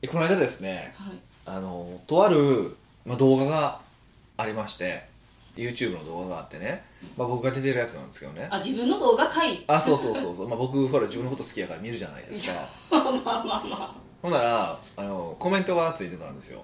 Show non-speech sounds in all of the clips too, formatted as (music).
でこの間ですねはいあのとある、まあ、動画がありまして YouTube の動画があってね、まあ、僕が出てるやつなんですけどねあ自分の動画かい (laughs) あそうそうそうそう、まあ、僕ほら自分のこと好きやから見るじゃないですかまあまあまあほんならあのコメントがついてたんですよ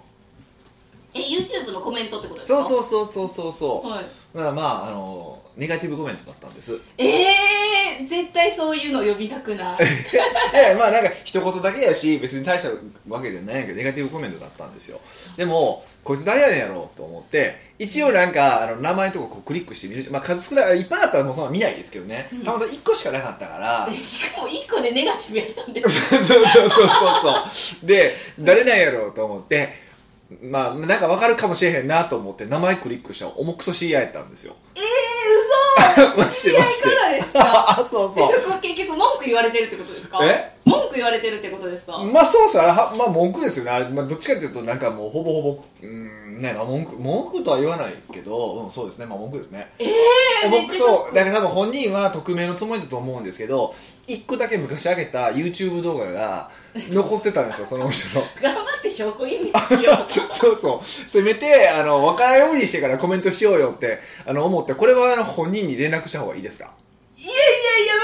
え YouTube のコメントってことですそかうそうそうそうそうそうはいだからまああのネガティブコメントだったんですいえー、絶対そういうの呼びたくないやいやまあなんか一言だけやし別に大したわけじゃないんやけどネガティブコメントだったんですよでもこいつ誰やねんやろうと思って一応なんかあの名前のとかこうクリックしてみる、まあ、数少ないいっぱいあったらもうそんな見ないですけどねうんたまたま1個しかなかった (laughs) からえしかも1個でネガティブやったんで (laughs) すそうそうそうそうそうで誰なんやろうと思ってまあなんかわかるかもしれへんなと思って名前クリックしたら重くそ知り合いやったんですよえマー、ジ嘘で知マジでり合いからですか (laughs) あそうでそうそこは結局文句言われてるってことですかえ文句言われてるってことですか、まあそうですよはまあ文句ですよねあれ、まあ、どっちかというとなんかもうほぼほぼうーんね、まあ、文句文句とは言わないけど、うん、そうですねまあ文句ですねえー、めっ僕ちゃショッそクうだから多分本人は匿名のつもりだと思うんですけど一個だけ昔上げた YouTube 動画が残ってたんです (laughs) よその後ろ (laughs) 頑張って証拠隠滅しよ (laughs) うそうそうせめてあの分からんようにしてからコメントしようよってあの思ってこれはあの本人に連絡した方がいいですかいやいやいや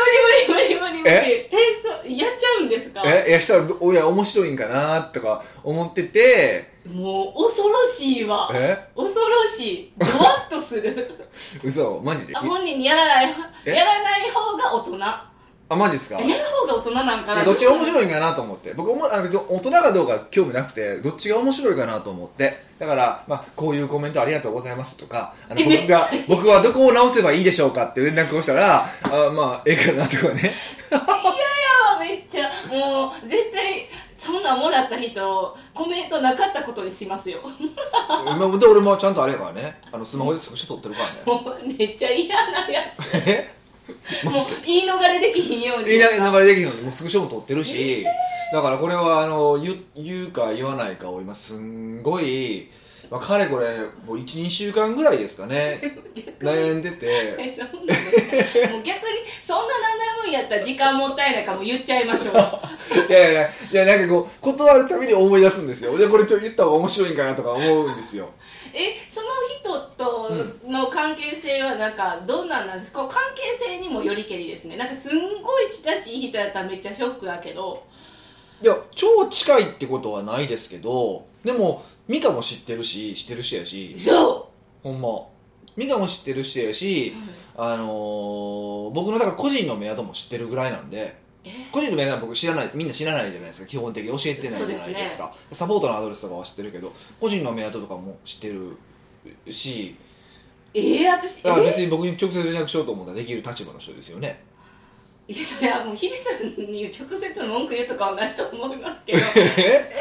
無理無理無理無理無理ええそうやっちゃうんですかえいやしたらどいや面白いんかなとか思っててもう恐ろしいわえ恐ろしいドワッとする嘘マジであ本人にやらないえやらない方が大人やあマジですかいる方が大人なんかなやどっちが面い白いんかなと思って僕おもあの別に大人かどうか興味なくてどっちが面白いかなと思ってだから、まあ、こういうコメントありがとうございますとかあのえ僕がめっ僕はどこを直せばいいでしょうかって連絡をしたらあまあええかなとか (laughs) ねやめっちゃもう絶対そんなんもらった人コメントなかったことにしますよ今で俺もちゃんとあれやからねあのスマホで少し撮ってるからね (laughs) もうめっちゃ嫌なやつえマもうジで言い逃れできひんように言いな流れできるのにもうスクショも撮ってるしだからこれはあの言う言うか言わないかを今すんごい、まあ、かれこれもう12週間ぐらいですかね悩んでてえそんなんですかもう逆にそんな何でもやったら時間もったいないからもう言っちゃいましょう (laughs) いやいやいやいやなんかこう断るたびに思い出すんですよでこれちょっと言った方が面白いんかなとか思うんですよえその人との関係性はなんかどんなんなんですか、こう関係性にもよりけりですねなんかすんごい親しい人やったらめっちゃショックだけどいや超近いってことはないですけどでも美香も知ってるし知ってる人やしそほんま美香も知ってる人やうしあのー僕のだから個人のメアドも知ってるぐらいなんでえ個人のメアドは僕知らないみんな知らないじゃないですか基本的に教えてないじゃないですかサポートのアドレスとかは知ってるけど個人のメアドとかも知ってるしえー、私えだから別に僕に直接連絡しようと思ったらできる立場の人ですよねいやそれはもうヒデさんに直接文句言うとかはないと思いますけどえそれえ絶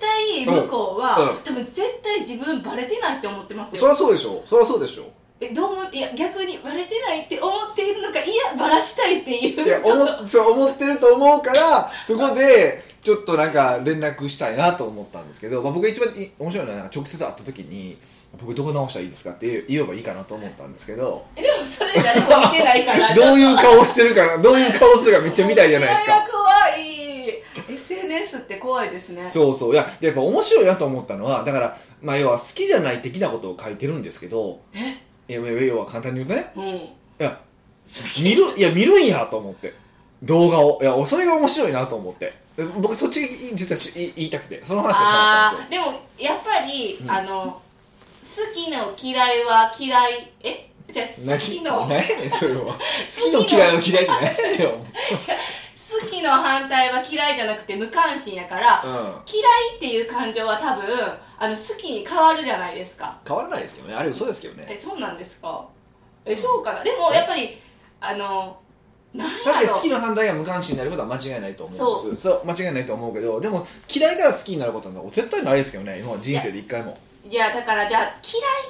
対向こうは、うん多分絶対自分バレてないって思ってま (laughs) そすりよゃそうでしょそりゃそうでしょえどうもいや逆にバレてないって思っているのかいやバラしたいっていういやちょっと思っそう思ってると思うからそこでちょっとなんか連絡したいなと思ったんですけど、まあ、僕が一番い面白いのはなんか直接会った時に「僕どこ直したらいいですか?」って言えばいいかなと思ったんですけどでもそれ誰も見てないからどういう顔してるかなどういう顔するかめっちゃ見たいじゃないですいやかいや怖い SNS って怖いですねそうそういやでやっぱ面白いなと思ったのはだから、まあ、要は好きじゃない的なことを書いてるんですけどいやいや要は簡単に言うとねう、ん、いや好見るいや見るんやと思って動画をいやそれが面白いなと思ってで僕そっち実はし言い言いたくてその話をしたかったんあでーでもやっぱり、うんあの好きの嫌いは嫌いえじゃあ好すきよの何何やねんそれ (laughs) は好ききのの嫌いは嫌いじゃないんだよ、好きの反対は嫌いじゃなくて無関心やからうん、嫌いっていう感情は多分あの好きに変わるじゃないですか変わらないですけどねあれ嘘ですけどねえそうなんですかえそうかなでもやっぱりあのなんやろ確かに好きの反対が無関心になることは間違いないと思うんですそう間違いないと思うけどでも嫌いから好きになることなんか絶対ないですけどね今まで人生で一回もいやだからじゃあ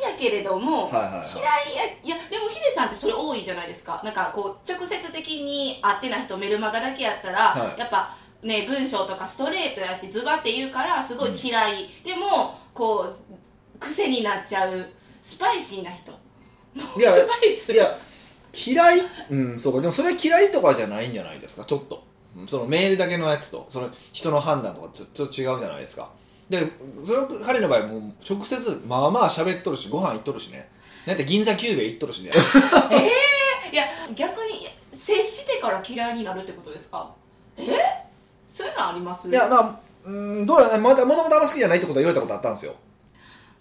嫌いやけれどはも、いはいはい嫌いやいやでもヒデさんってそれ多いじゃないですかなんかこう直接的に会ってない人メルマガだけやったら、はいやっぱね文章とかストレートやしズバって言うからすごい嫌い、でもこう癖になっちゃうスパイシーな人いや (laughs) スパイスいや嫌いうんそうかでもそれは嫌いとかじゃないんじゃないですかちょっとうんそのメールだけのやつとその人の判断とかちょちょっと違うじゃないですかでそれを彼の場合もう直接まあまあ喋っとるしご飯行っとるしねだって銀座久兵衛行っとる (laughs) しねいや逆に接してから嫌いになるってことですかえそういうのありますいやまあうんどうやまたもともとあんま好きじゃないってことは言われたことあったんです (laughs) よ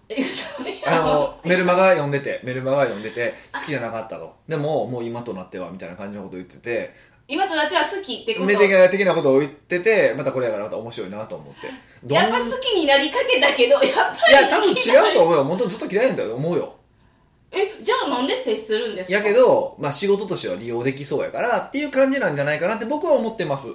えそういあやのメルマガ読んでてメルマガ読んでて好きじゃなかったとでももう今となってはみたいな感じのこと言ってて今となっては好きってこと目的な的なことを言っててまたこれやからまた面白いなと思ってどんやっぱ好きになりかけたけどやっぱりいや多分違うと思うよ本当ずっと嫌いなんだと思うよえじゃあなんで接するんですかやけど、まあ、仕事としては利用できそうやからっていう感じなんじゃないかなって僕は思ってます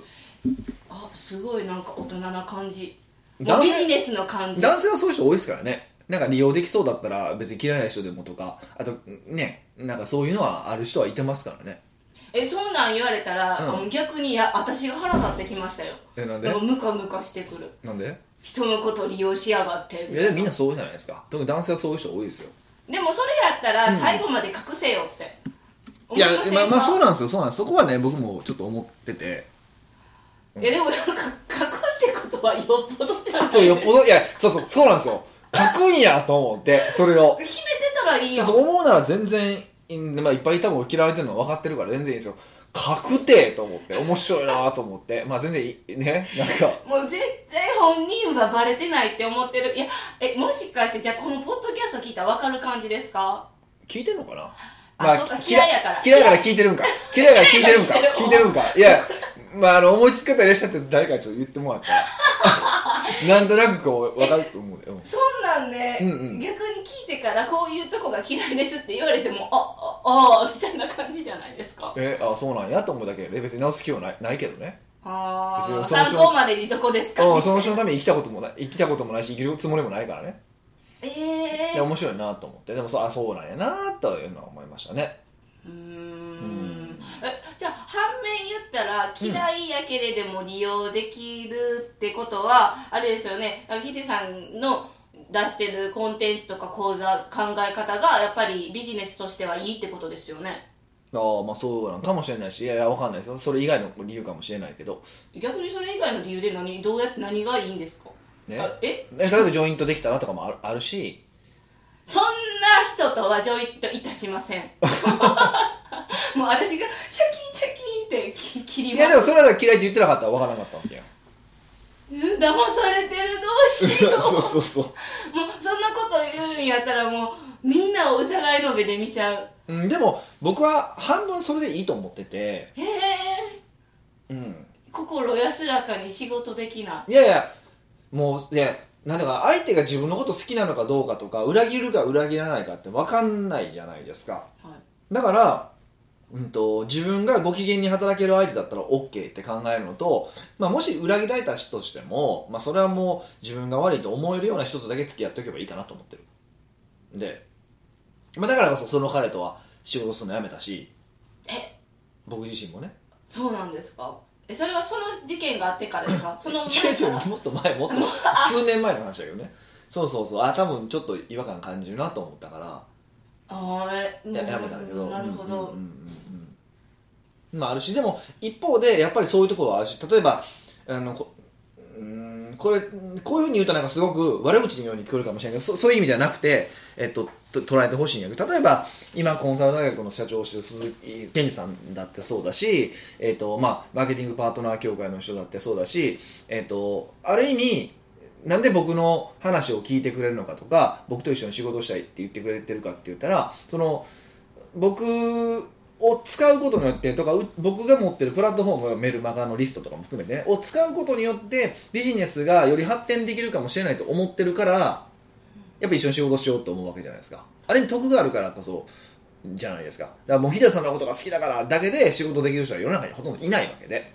あすごいなんか大人な感じもう男ビジ性ネスの感じ男性はそういう人多いですからねなんか利用できそうだったら別に嫌いな人でもとかあとねなんかそういうのはある人はいてますからねえそんなん言われたら、うんあの逆にいや私が腹立ってきましたよえなんでなんかムカムカしてくるなんで人のこと利用しやがっていやでもみんなそうじゃないですか特に男性はそういう人多いですよでもそれやったらうん最後まで隠せよって、いや思いませんまあかまあそうなんですよそうなんですそこはね僕もちょっと思ってていやでもなんか書くってことはよっぽどじゃないそうよっぽどいやそうそうそうなんですよ書くんやと思ってそれを秘めてたらいいそやうんそう思うなら全然い,、まあ、いっぱい多分嫌われてるのは分かってるから全然いいんですよ確定と思って面白いなと思 (laughs) ってまあ全然いいねなんかもう絶対本人はバレてないって思ってるいやえもしかしてじゃあこのポッドキャスト聞いたら分かる感じですか聞いてんのかなあまそうかき嫌いやから嫌いやから聞いて (laughs) るんか嫌いやから聞いてるんか嫌いやから聞いてるんかいやまああの思いつく方いらっしゃって誰かちょっと言ってもらった (laughs) らなんとなくこう分かると思うよそんなんね、うんうん逆に聞いてからこういうとこが嫌いですって言われてもあああみたいな感じじゃないですかえあそうなんやと思うだけで別に直す気はないないけど (laughs) ねあ別にあその参考までにどこですかうんその人のために生きたこともない生きたこともないし生きるつもりもないからねえいえやー、面白いなと思ってでもそうあそうなんやなというのは思いましたねうーうんんえじゃあ反面言ったら嫌いやけれども利用できるってことは、あれですよねだからヒデさんの出してるコンテンツとか講座考え方がやっぱりビジネスとしてはいいってことですよねああまあそうなんかもしれないしいやいやわかんないですよそれ以外の理由かもしれないけど、逆にそれ以外の理由で何どうやって何がいいんですかね、あえね例えばジョイントできたなとかもあるあるしそんな人とはジョイといたし (laughs) ませんもう私がシャキンシャキンってき切りいますやでもそれは嫌いって言ってなかったらわからなかったわけやうん騙されてるどうしよ (laughs) うそうそうそう、もうそんなこと言うんやったらもうみんなを疑いの目で見ちゃううん、でも僕は半分それでいいと思っててへえうん心安らかに仕事できないいやいやもういやなんだか相手が自分のこと好きなのかどうかとか裏切るか裏切らないかってわかんないじゃないですかはいだから、うん、と自分がご機嫌に働ける相手だったら OK って考えるのと、まあ、もし裏切られた人としても、まあ、それはもう自分が悪いと思えるような人とだけ付き合っておけばいいかなと思ってるで、まあ、だからこそその彼とは仕事するのやめたしえ僕自身もねそうなんですかえそれはその事件があってからですかその違う前 (laughs) 違うからもっと前もっと前数年前の話だけどねそうそうそうあ多分ちょっと違和感感じるなと思ったからあーえややめたんだけどなるほど、うんうんうんうんうんまああるしでも一方でやっぱりそういうところはあるし例えばあのこうーんこれこういうふうに言うとなんかすごく悪口のように聞こえるかもしれないけどそそういう意味じゃなくて、えっと、と捉えてほしいんやけど例えば今コンサル大学の社長をしてる鈴木健二さんだってそうだし、えっとまあ、マーケティングパートナー協会の人だってそうだし、えっとある意味なんで僕の話を聞いてくれるのかとか僕と一緒に仕事したいって言ってくれてるかって言ったらその僕を使うことによってとかう僕が持ってるプラットフォームメルマガのリストとかも含めてねを使うことによってビジネスがより発展できるかもしれないと思ってるからやっぱ一緒に仕事しようと思うわけじゃないですかある意味得があるからこそじゃないですかだからもうヒデさんのことが好きだからだけで仕事できる人は世の中にほとんどいないわけで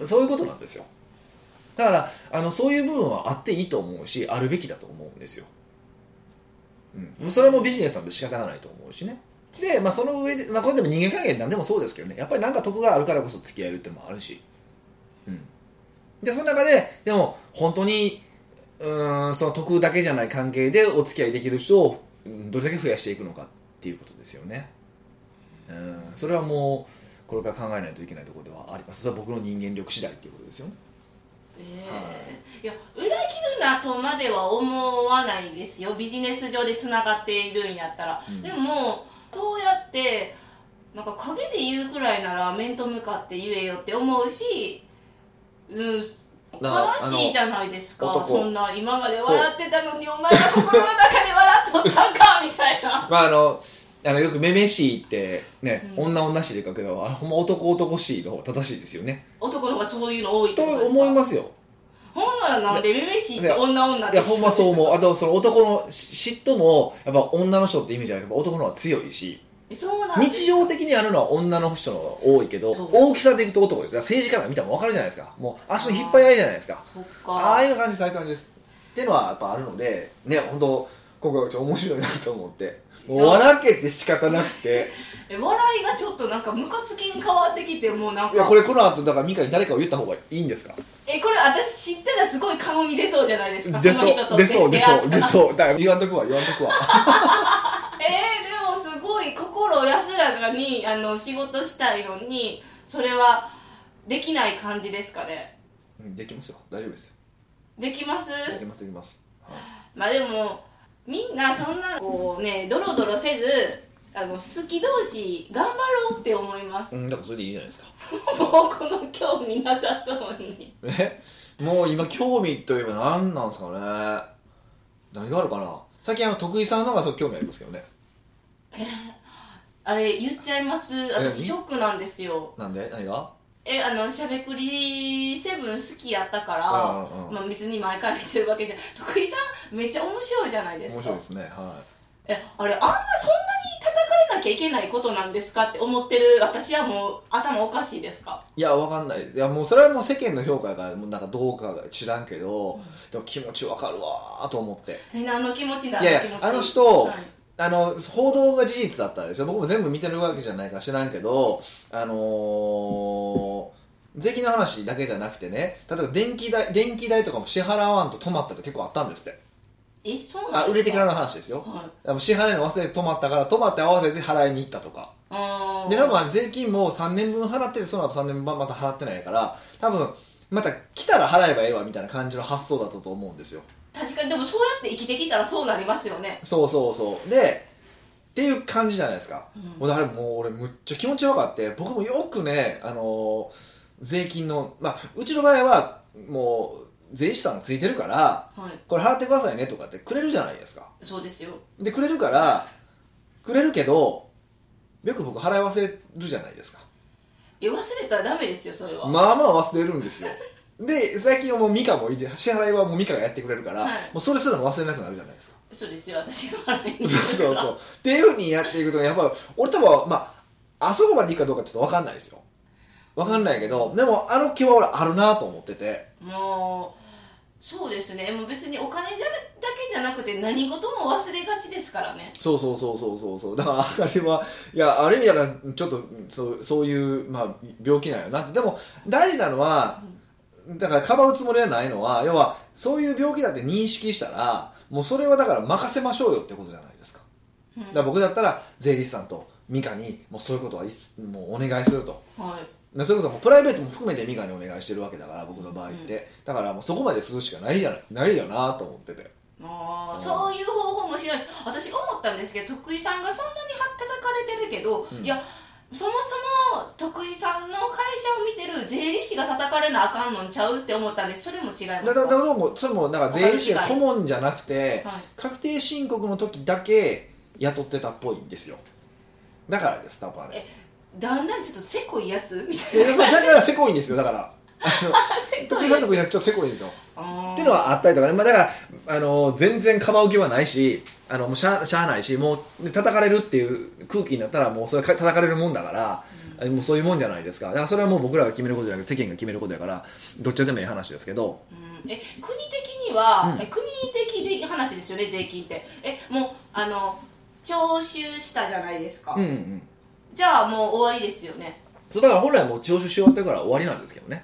うんそういうことなんですよだからあのそういう部分はあっていいと思うしあるべきだと思うんですよ、うん、それはもうビジネスなんで仕方がないと思うしねで、まあ、その上で、まあ、これでも人間関係なんでもそうですけどねやっぱりなんか得があるからこそ付き合えるってのもあるし、うん、でその中ででも本当にうーんその得だけじゃない関係でお付き合いできる人をうんどれだけ増やしていくのかっていうことですよね、うん、それはもうこれから考えないといけないところではありますそれは僕の人間力次第っていうことですよねえーいや裏切るなとまでは思わないですよビジネス上でつながっているんやったら、うんでもそうやってなんか陰で言うくらいなら面と向かって言えよって思うし、うん、悲だからしいじゃないですあかの男そんな今まで笑ってたのにお前は心の中で笑っとったんかみたいなまああのあのよく「めめしい」ってね、うん女女しいで書くけどあほんま男男しいの方が正しいですよね男の方がそういうの多いっとてことですか思いますよほんならなんでめめしいっいてや女女っいてやほんまそう思ううあとその男のし嫉妬もやっぱ女の人ってイメージあるけど男の方が強いしそうなんです日常的にあるのは女の人の方が多いけどそう大きさでいくと男ですだから政治家が見たら分かるじゃないですかもう足の引っ張り合いじゃないですかそっかああいう感じ最高ですっていうのはやっぱあるのでね本当今回はちょっと面白いなと思ってもう笑けて仕方なくてえ笑いがちょっとなんかムカつきに変わってきてもうなんかいやこれこの後だからミカに誰かを言った方がいいんですかえこれ私知ったらすごい顔に出そうじゃないですか出そその人とう出そう出そう出出会ったらそうだから言わんとくわ言わんとくわえー、でもすごい心安らかにあの仕事したいのにそれはできない感じですかねうんできますよ大丈夫ですよできますできますできます、はいまあでもみんなそんなこうねドロドロせずあの好き同士頑張ろうって思います (laughs) うん、だからそれでいいじゃないですか。もうこの興味なさそうにえもう今興味といえば何なんですかね。何があるかな。最近あの徳井さんの方がそう興味ありますけどね。あれ言っちゃいます私ショックなんですよなんで何が？えあのしゃべくりセブン好きやったから、うんうんうんまあ、別に毎回見てるわけじゃ徳井さんめっちゃ面白いじゃないです面か白いですね。はえあれあんなそんなに叩かれなきゃいけないことなんですかって思ってる私はもう頭おかしいですかい。いやわかんないです。いやもうそれはもう世間の評価やからもうなんかどうかが知らんけど、でも気持ちわかるわーと思って。え何の気持ちないやいやあの人はいあの報道が事実だったんですよ僕も全部見てるわけじゃないから知らんけどあのー税金の話だけじゃなくてね例えば電気代電気代とかも支払わんと止まったって結構あったんですってえそうなんあですか売れてからの話ですよはいあの支払いの忘れて止まったから止まって合わせて払いに行ったとかあーで多分税金も3年分払っててその後3年分また払ってないから多分また来たら払えばええわみたいな感じの発想だったと思うんですよ確かにでもそうやって生きてきたらそうなりますよねそうそうそうでっていう感じじゃないですか、うんもうだからもう俺むっちゃ気持ちよかって僕もよくね、あのー税金の、まあ、うちの場合はもう税理士さんがついてるからはいこれ払ってくださいねとかってくれるじゃないですかそうですよでくれるからくれるけどよく僕払い忘れるじゃないですかいや忘れたらダメですよそれは、まあまあ忘れるんですよで最近はもうミカもいて支払いはもうミカがやってくれるから、はいもうそれすらも忘れなくなるじゃないですかそうですよ私が笑いに行くそうそうそう。っていうふうにやっていくとね、やっぱ俺多分、まあ、あそこまでいいかどうかちょっと分かんないですよ。分かんないけど、でもあの気は俺あるなと思ってて、もうそうですねもう別にお金じゃなだけじゃなくて何事も忘れがちですからねそうそうそうそうそうそう。だからあれは、いや、ある意味だからちょっとそうそういう、まあ、病気なんやなって。でも大事なのは、だからかばうつもりはないのは、要はそういう病気だって認識したら、もうそれはだから任せましょうよってことじゃないですか。うんだから僕だったら税理士さんとミカに、もうそういうことは一切もうお願いすると。はいでそれこそもうプライベートも含めてミカにお願いしてるわけだから僕の場合って、だからもうそこまでするしかないじゃないないよなと思っててあうーんそういう方法もしないです私思ったんですけど徳井さんがそんなには叩かれてるけど、うんいやそもそも徳井さんの会社を見てる税理士が叩かれなあかんのんちゃうって思ったんですそれも違いますだだだかからもうそれもなんか税理士が顧問じゃなくてはい確定申告の時だけ雇ってたっぽいんですよだからです多分あれえだんだんちょっとせこいやつみいたいやなそうじゃだからせこいんですよだ (laughs) からあのせこ徳い井やさんつとこいやつちょっとせこいんですよっあていうのーはあったりとかね、まあ、だから、あの全然かばう気はないしあのもうしゃあしゃあないしもう叩かれるっていう空気になったらもうそれか叩かれるもんだから、もうそういうもんじゃないですかだからそれはもう僕らが決めることじゃなくて世間が決めることだからどっちでもいい話ですけどうんえ国的には、うんえ国的で話ですよね税金ってえもうあの徴収したじゃないですか、うんうんじゃあもう終わりですよねそうだから本来もう徴収し終わってるから終わりなんですけどね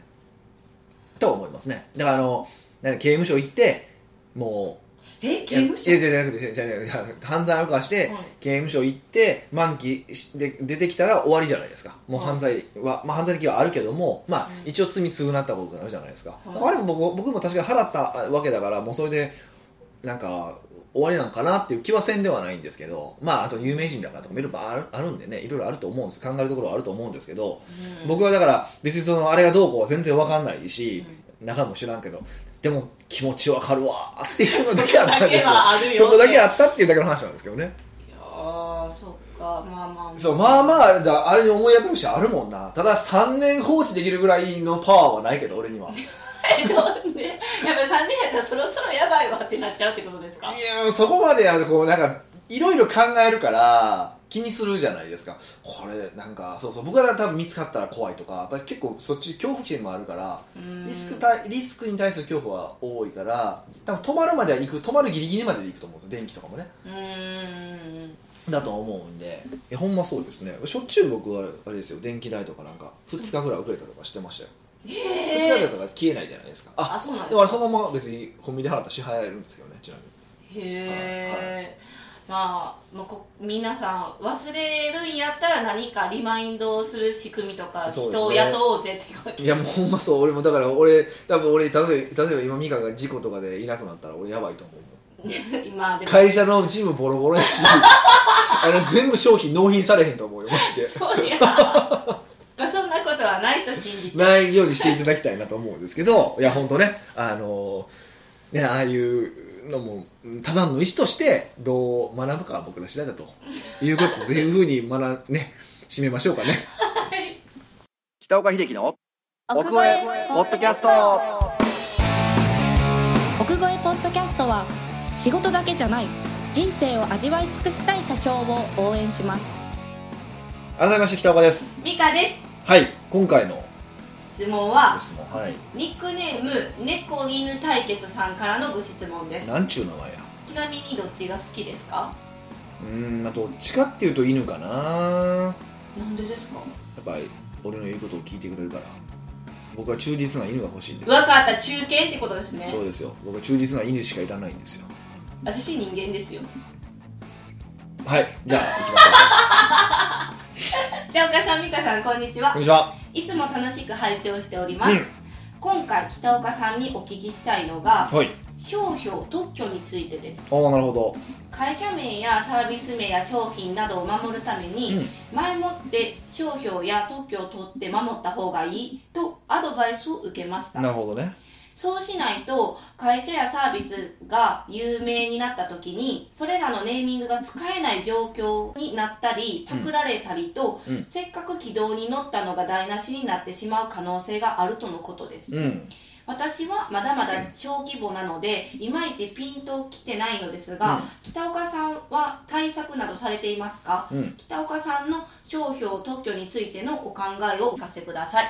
とは思いますねだからあのなんか刑務所行ってもうえ刑務所いやいやじゃなくてじゃじゃじゃ犯罪を犯して、うん刑務所行って満期しで出てきたら終わりじゃないですかもうはい犯罪は、まあ、犯罪的はあるけども、まあうん一応罪償ったことになるじゃないですか、はあいれも僕僕も確かに払ったわけだからもうそれでなんか終わりなのかなっていう気はせんではないんですけどまああと有名人だからとかもいろいろあるあるんでねいろいろあると思うんです考えるところはあると思うんですけど、うん僕はだから別にそのあれがどうこうは全然わかんないし、中も知らんけどでも気持ちわかるわーっていうのだけあったんですよそこだけはあるよってそこだけあったっていうだけの話なんですけどねいやーそっかまあまあまあそうまあまあだあれに思い当たるしあるもんなただ3年放置できるぐらいのパワーはないけど俺にはい (laughs) えなんでやっぱり3年やったらそろそろやばいわってなっちゃうってことですかやそこまでやるとこうなんかいろいろ考えるから気にするじゃないですかこれなんかそうそう僕は多分見つかったら怖いとかやっぱり結構そっち恐怖心もあるからリリスクたリスクに対する恐怖は多いから多分止まるまでは行く止まるギリギリまでで行くと思うんですよ電気とかもねうーんだと思うんでえほんまそうですねしょっちゅう僕はあれですよ電気代とかなんか2日ぐらい遅れたとかしてましたよ、2日ぐらいへとか消えないじゃないですかああそうなんでですもあかれそのまま別にコンビニで払ったら支払えるんですけどねちなみにへえ、はいまあ、まあ、こ皆さん忘れるんやったら何かリマインドをする仕組みとか、そうですね人を雇おうぜって感じいやもうほんまそう俺もだから俺多分俺例えば例えば今ミカが事故とかでいなくなったら俺やばいと思う今で (laughs) も会社のジムボロボロや (laughs) しあの全部商品納品されへんと思うよましてそうやまあそんなことはないと信じてないようにしていただきたいなと思うんですけどいや本当ねあのねああいうのもうんただの意思としてどう学ぶかは僕ら次第だということというふうに学ね締めましょうかね北岡秀樹の奥越えポッドキャスト奥越えポッドキャストは仕事だけじゃない人生を味わい尽くしたい社長を応援します改めまして北岡ですミカですはい今回の質問は質問はいニックネーム猫犬対決さんからのご質問ですなんちゅう名前やちなみにどっちが好きですかうーんまあどっちかっていうと犬かなやなんでですかっぱり俺の言うことを聞いてくれるから僕は忠実な犬が欲しいんです分かった中堅ってことですねそうですよ僕は忠実な犬しかいらないんですよ私人間ですよはい、じゃあ行きましょう。じゃあ岡さん美香さんこんにち (laughs) はこんにちは。いつも楽しく拝聴しております、うん今回北岡さんにお聞きしたいのがはい。商標特許についてですああ、なるほど。会社名やサービス名や商品などを守るために、うん前もって商標や特許を取って守った方がいいとアドバイスを受けましたなるほどね。そうしないと会社やサービスが有名になった時にそれらのネーミングが使えない状況になったりパクられたりと、うんせっかく軌道に乗ったのが台無しになってしまう可能性があるとのことです、うん。私はまだまだ小規模なのでいまいちピンときてないのですが、うん北岡さんは対策などされていますかうん。北岡さんの商標特許についてのお考えをお聞かせください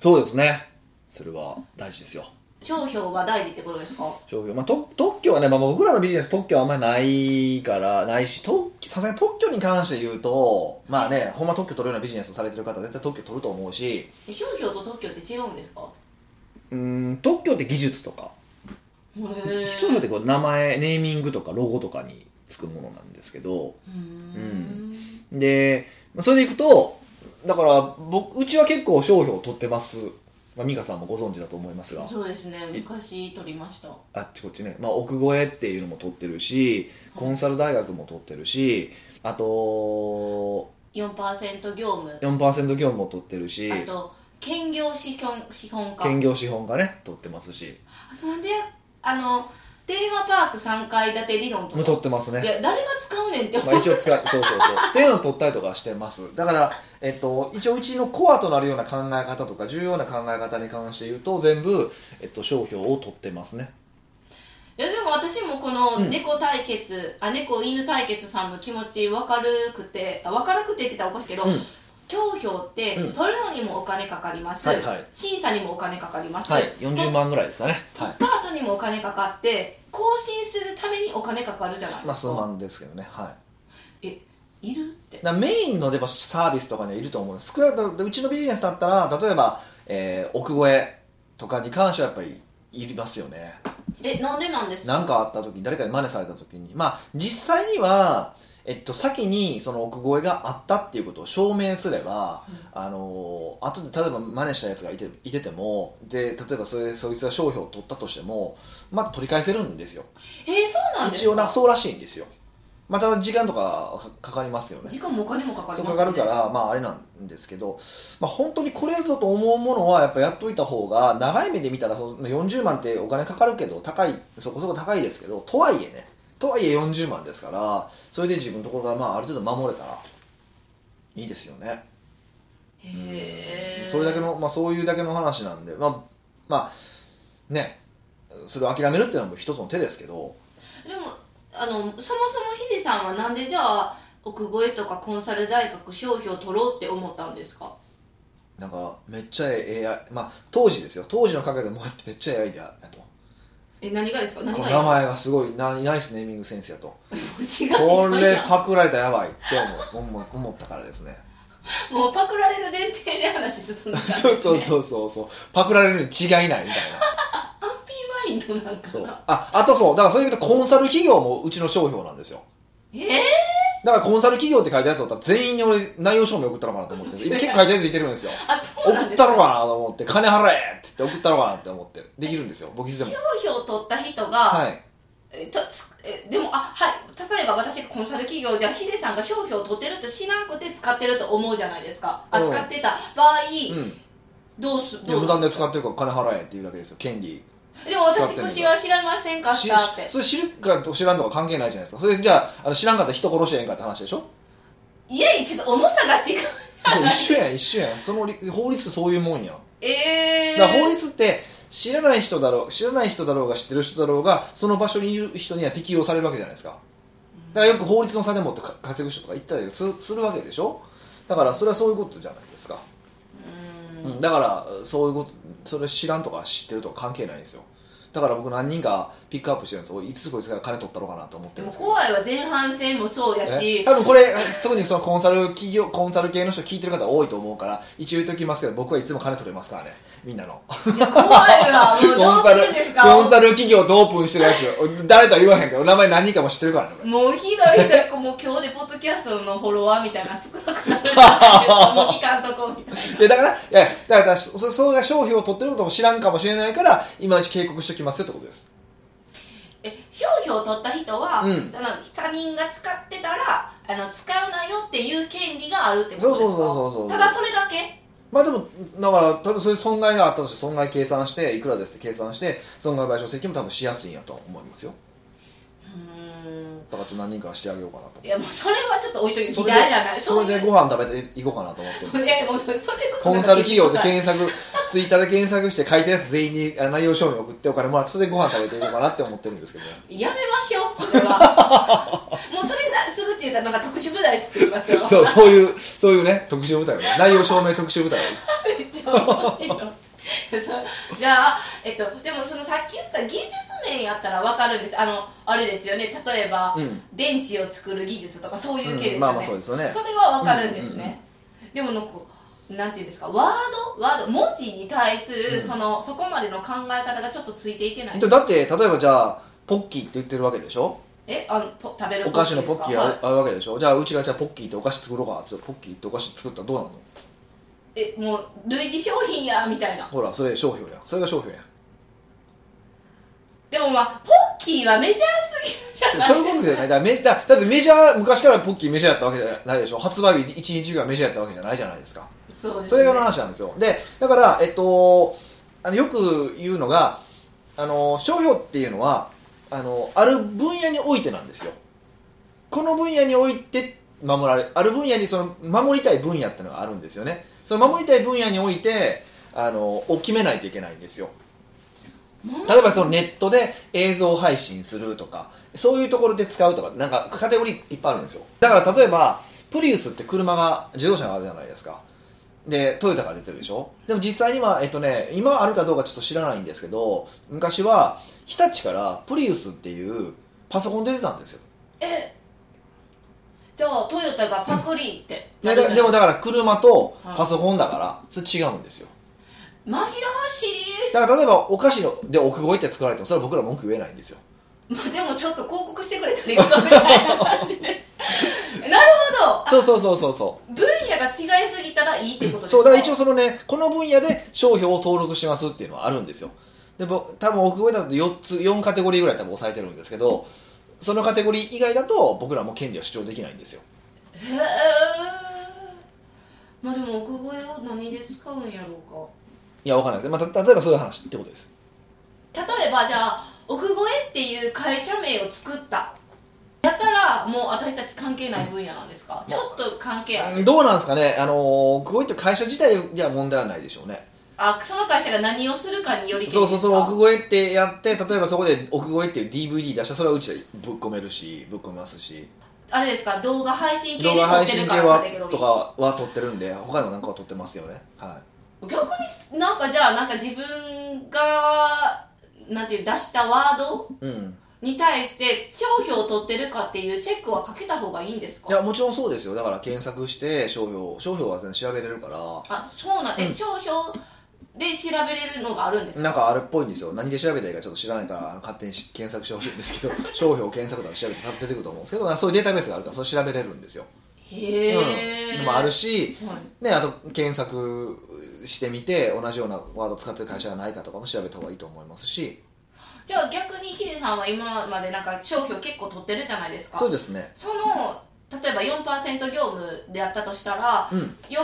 そうですね。それは大事ですよ。商標は大事ってことですか商標。まあ、特特許はね、まあ、僕らのビジネス特許はあんまりないから、ないし、特許さすがに特許に関して言うと、まあね、ほんま特許取るようなビジネスされてる方は絶対特許取ると思うし、商標と特許って違うんですかうーん、特許って技術とか、へー商標ってこう名前、ネーミングとかロゴとかにつくものなんですけど、うーんでまあそれでいくとだから僕うちは結構商標を取ってます、まあ、美香さんもご存知だと思いますがそうですね昔取りましたあっちこっちね、まあ、奥越えっていうのも取ってるしコンサル大学も取ってるしあと4%業務4%業務も取ってるしあと兼業資本資本家兼業資本がね取ってますしあそれであのテーマパーク3階建て理論もとうか取ってますいねや誰が使うねんってま思あう、一応 (laughs) 使うそうそうそうっていうのを取ったりとかしてますだから、えっと、一応うちのコアとなるような考え方とか重要な考え方に関して言うと全部、えっと、商標を取ってますねいやでも私もこのうん猫対決、あ猫犬対決さんの気持ち分かるくてあ分からくてって言ったらおかしいけど、うん商標ってうん取るのにもお金かかります、はいはい審査にもお金かかります、はい、40万ぐらいですかね、は取いっ、た後にもお金かかって更新するためにお金かかるじゃないですか、まあ数万ですけどね、はいるってい、だからメインのでもサービスとかにはいると思うんです少なくともうちのビジネスだったら例えば、えー、奥越えとかに関してはやっぱりいりますよねえなんでなんです何かあった時に誰かに真似された時にまあ実際には、えっと、先にその奥越えがあったっていうことを証明すれば、あのー後で例えば真似したやつがいていててもで例えばそれでそいつが商標を取ったとしてもまた取り返せるんですよえー、そうなんです一か応なそうらしいんですよまた時間とかかかかりますよね時間もお金もかかりますそようねかかるから、まあ、あれなんですけど、まあ、本当にこれぞと思うものはやっぱやっといた方が長い目で見たらその40万ってお金かかるけど高いそこそこ高いですけどとはいえねとはいえ40万ですからそれで自分のところがまあある程度守れたらいいですよね、へえそれだけの、まあ、そういうだけの話なんでまあまあねそれを諦めるっていうのも一つの手ですけどでもあのそもそもヒデさんはなんでじゃあ奥越えとかコンサル大学商標取ろうって思ったんですかなんかめっちゃええ AI まあ当時ですよ当時の考えでもめっちゃええアイデアやとえ何がですか何こがの名前はすごいなナイスネーミングセンスやと違う (laughs) こ違うれパクられたらやばいって思う思う思ったからですねもうパクられる前提で話進んだから、(laughs) ね、そうそううそうそうそうパクられるに違いないみたいアンピーマインドなんなかそうなああとそうだからそういうことコンサル企業もうちの商標なんですよえだからコンサル企業って書いたやつだったら全員に俺内容証明送ったのかなと思ってる結構書いたやついてるんですよー、あそう送なんでっすかたのかなと思って金払えっつって送ったのかなって思ってできるんですよ僕いつでも商標を取った人が、はいえとつえでもあはい例えば私がコンサル企業じゃヒデさんが商標を取ってるとしなくて使ってると思うじゃないですかうん扱ってた場合、うんどうすでどう無断で使っってるから金払えっていうだけですよ権利でも使っ私てんの口は知らませんかししたってそれ知るか知らんとか関係ないじゃないですかそれじゃああの知らんかったら人殺してええんかって話でし (laughs) ょいやいやちょっと重さが違うでも一緒やん一緒やんそのり法律そういうもんやん (laughs) ええだー、から法律って知らない人だろう知らない人だろうが知ってる人だろうがその場所にいる人には適用されるわけじゃないですかだからよく法律の差でもってか稼ぐ人とか言ったりすするわけでしょだからそれはそういうことじゃないですか、ううんん、だからそういうことそれ知らんとか知ってるとか関係ないんですよだから僕何人かピックアップしてるんですよおいいつこいつから金取ったろうかなと思ってるでんもですけど怖いは前半戦もそうやねし多分これ特にそのコンサル企業コンサル系の人聞いてる方多いと思うから一応言っときますけど僕はいつも金取れますからねみんなの (laughs) 怖いわもうどコンうすサるルんですコンかサル企業とオープンしてるやつ誰とは言わへんけど名前何人かも知ってるからね俺もうひどいひどい (laughs) もう今日でポッドキャストのフォロワーみたいな少なくなるんじゃないですかもう聞かんとこみたいないやだからいやだからそそそうが商標を取ってることも知らんかもしれないから今のうち警告しときますよってことですえ商標を取った人は、うんその他人が使ってたらあの使うなよっていう権利があるってことですそかうそうそうそうそうただそれだけまあでもだからただそういう損害があったとして損害計算していくらですって計算して損害賠償請求も多分しやすいんやと思いますようーんだからちょっと何人かはしてあげようかないやもうそれはちょっと置いといてと議題じゃないそれういでうそれでご飯食べていこうかなと思ってるんです (laughs) いけどやもうそれこそコンサル企業でで検索ツイッターで検索して書いたやつ全員にあ内容証明送ってお金もらってそれでご飯食べていこうかなって思ってるんですけどねやめましょうそれはもうそれなするって言ったらなんか特殊部隊作りますよ (laughs) (laughs) そう、そういう、そういうね、特集部隊をね、内容証明特集部隊をね。めっちゃ面白いそうじゃあ、えっと、でもそのさっき言った技術面やったら分かるんですあのあれですよね例えば、うん電池を作る技術とかそういう系ですよね、うんまあまあそうですよねそれは分かるんですね、でもなんかなんていうんですかワードワード文字に対する、うんそのそこまでの考え方がちょっとついていけないでだって、例えばじゃあ、ポッキーって言ってるわけでしょえあのポ食べるお菓子のポッキーあはるいあるわけでしょじゃあ、うちがじゃあポッキーってお菓子作ろうかっつってポッキーってお菓子作ったらどうなるのえもう類似商品やみたいなほら、それ商標やん。それが商標やん。でもまあポッキーはメジャーすぎるじゃないそういうことじゃない。だからメだだってメジャー、昔からポッキーメジャーやったわけじゃないでしょ発売日1日目がメジャーやったわけじゃないじゃないですか。そうですそねれが話なんですよでだから、えっと、あのよく言うのがあの商標っていうのはあのある分野においてなんですよこの分野において守られある分野にその守りたい分野っていうのがあるんですよねその守りたい分野においてあのを決めないといけないんですようん例えばそのネットで映像配信するとかそういうところで使うとかなんかカテゴリーいっぱいあるんですよだから例えばプリウスって車が自動車があるじゃないですかでトヨタが出てるでしょでも実際にはえっとね今あるかどうかちょっと知らないんですけど昔は日立からプリウスっていうパソコン出てたんですよえじゃあトヨタがパクリってでででもだから車とはいパソコンだからそれ違うんですよ紛らわしい (laughs) だから例えばお菓子ので奥越えって作られてもそれは僕ら文句言えないんですよまあでもちょっと広告してくれたらいいことみたいな感じです (laughs) なるほどそうそうそうそうそう分野が違いすぎたらいいってことですかそうだから一応そのねこの分野で商標を登録しますっていうのはあるんですよでぼ多分奥越えだと4つ4カテゴリーぐらい多分抑えてるんですけどそのカテゴリー以外だと僕らも権利を主張できないんですよへえまあでも奥越えを何で使うんやろいやわかんないです、まあ、た例えばそういう話ってことですうか例えばじゃあ奥越えっていう会社名を作ったやったらもう私たち関係ない分野なんですかちょっと関係あるどうなんですかねあの奥越えって会社自体には問題はないでしょうねあその会社が何をするかによりけりそうそうそうですか奥越えってやって例えばそこで奥越えっていう DVD 出したらそれはうちでぶっ込めるしぶっ込めますしあれですか動画配信系で動画撮っ配て信系るからはカテゴリーとかは撮ってるんで他にも何かは撮ってますよねは逆になんかじゃあなんか自分がなんていう出したワードいうんに対して商標を取ってるかっていうチェックはかけた方がいいんですいやかもちろんそうですよだから検索して商標商標は全然調べれるかあそうなんで、うん商標で調べれるのがあるんですらなんかかあれっぽいんですよ何で調べたらいいかちょっと知らないからあの勝手にし検索してほしいんですけど商標検索とかで調べて多分出てくると思うんですけどそういうデータベースがあるからそれ調べれるんですよ、へうん、え、のもあるし、はい、ね、あと検索してみて同じようなワード使ってる会社がないかとかも調べた方がいいと思いますしじゃあ逆にヒデさんは今までなんか商標結構取ってるじゃないですかそうですねその例えば4%業務でやったとしたら、うん4%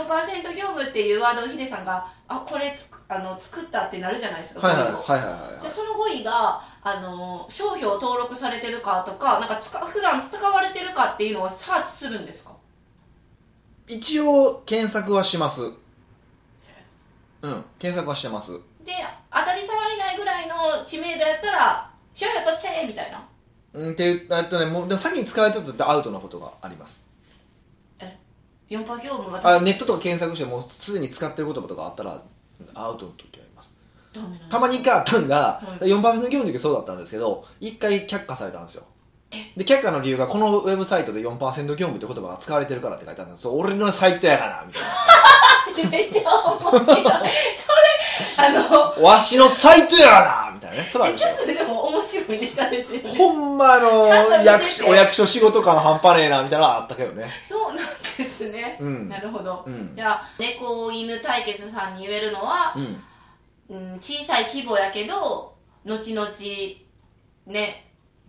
業務っていうワードをヒデさんがあこれつくあの作ったってなるじゃないですか、はいはい今度はいはいはいじゃあその語彙があの商標登録されてるかとかなんか使普段使われてるかっていうのはサーチするんですか一応検索はしますうん検索はしてますで当たり障りないぐらいの知名度やったら商標取っちゃえみたいなうんっていうえっとねもうでも先に使われてたってアウトなことがあります4%業務私あネットとか検索してもうすでに使ってる言葉とかあったらアウトの時ありますダメなんだたまに一回あったんが、はい4%業務の時そうだったんですけど一回却下されたんですよで却下の理由がこのウェブサイトで4%業務って言葉が使われてるからって書いてあったんですよ俺のサイトやからみたいってめっちゃ面白いそれあのなわしのサイトやからみたいなねそれはあえるでちしょょっとでも面白いネタですよねほんまあのちゃんと言ってて役所お役所仕事感半端ねえなみたいなのあったけどねそうなんですね、うんなるほど、うんじゃあ猫犬対決さんに言えるのは、うんうん、小さい規模やけど後々ね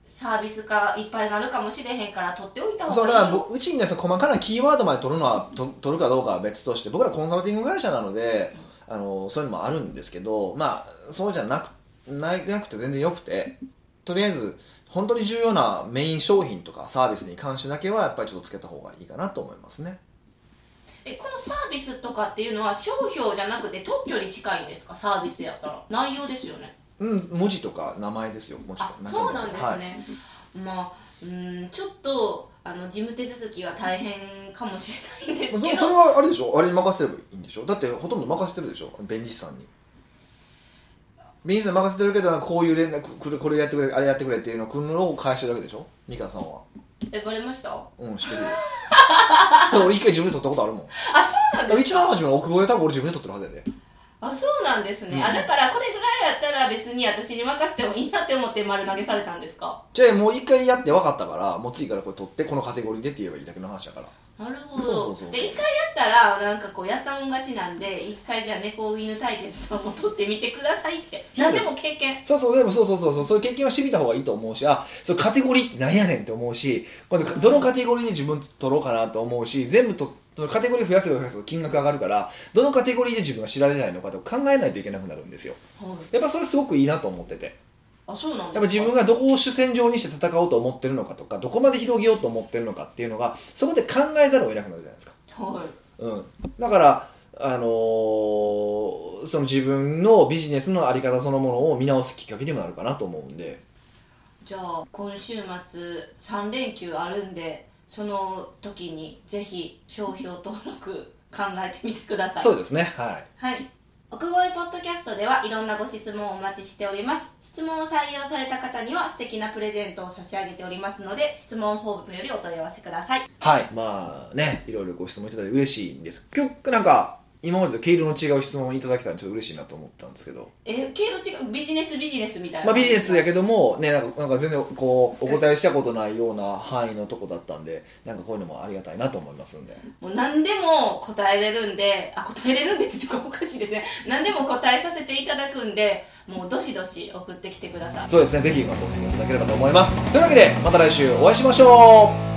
サービスがいっぱいなるかもしれへんから取っておいたそう方だからがいいぼうちにねその細かなキーワードまで取るのはと取るかどうかは別として僕らコンサルティング会社なのであのそういうのもあるんですけどまあそうじゃなくないなくて全然よくてとりあえず本当に重要なメイン商品とかサービスに関してだけはやっぱりちょっとつけた方がいいかなと思いますねえこのサービスとかっていうのは商標じゃなくて特許に近いんですかサービスやったら内容ですよねうん文字とか名前ですよもちろんあ名前そうなんですね、はいまあうんちょっとあの事務手続きは大変かもしれないんでますあでけもそれどはあれでしょあれに任せればいいんでしょだってほとんど任せてるでしょ弁理士さんに弁理士さんに任せてるけどこういう連絡これこれやってくれあれやってくれっていうのを来るのを返してるだけでしょ美香さんはえバレましたあうん知ってるよだって俺一回自分で取ったことあるもんそうなんだですかねら一番初めの奥越え多分俺自分で取ってるはずやであそうなんですね、うんあだからこれぐらいやったら別に私に任せてもいいなって思って丸投げされたんですかじゃあもう一回やって分かったからもう次からこれ取ってこのカテゴリーでって言えばいいだけの話だからなるほどそうそうそうで一回やったらなんかこうやったもん勝ちなんで一回じゃあ猫犬対決さんも取ってみてくださいってそう何でですも経験そうそうでもそうそうそうそうそういう経験をしてみた方がいいと思うしあそうカテゴリーってなんやねんって思うし今度どのカテゴリーで自分取ろうかなと思うし全部とそのカテゴリー増やせば増やすと金額上がるからどのカテゴリーで自分が知られないのかとか考えないといけなくなるんですよはいやっぱそれすごくいいなと思っててあそうなんでやすかっぱ自分がどこを主戦場にして戦おうと思ってるのかとかどこまで広げようと思ってるのかっていうのがそこで考えざるを得なくなるじゃないですか、はいうん、だからあのーその自分のビジネスの在り方そのものを見直すきっかけにもなるかなと思うんでじゃあ今週末3連休あるんでその時にぜひ商標登録考えてみてくださいそうですね、はい。はい。奥越えポッドキャストではいろんなご質問をお待ちしております。質問を採用された方には素敵なプレゼントを差し上げておりますので、質問フォームよりお問い合わせください。はい、まあね、いろいろご質問いただいて嬉しいんです。今日なんか、今までと毛色の違う質問をいただけたらちょっと嬉しいなと思ったんですけど、え経路違うビジネスビジネスみたいな、まあ、ビジネスやけども、ね、なんかなんか全然こうお答えしたことないような範囲のとこだったんでなんかこういうのもありがたいなと思いますんでもう何でも答えれるんであ答えれるんでってちょっとおかしいですね何でも答えさせていただくんでもうどしどし送ってきてくださいそうですねぜひご参考いただければと思いますというわけでまた来週お会いしましょう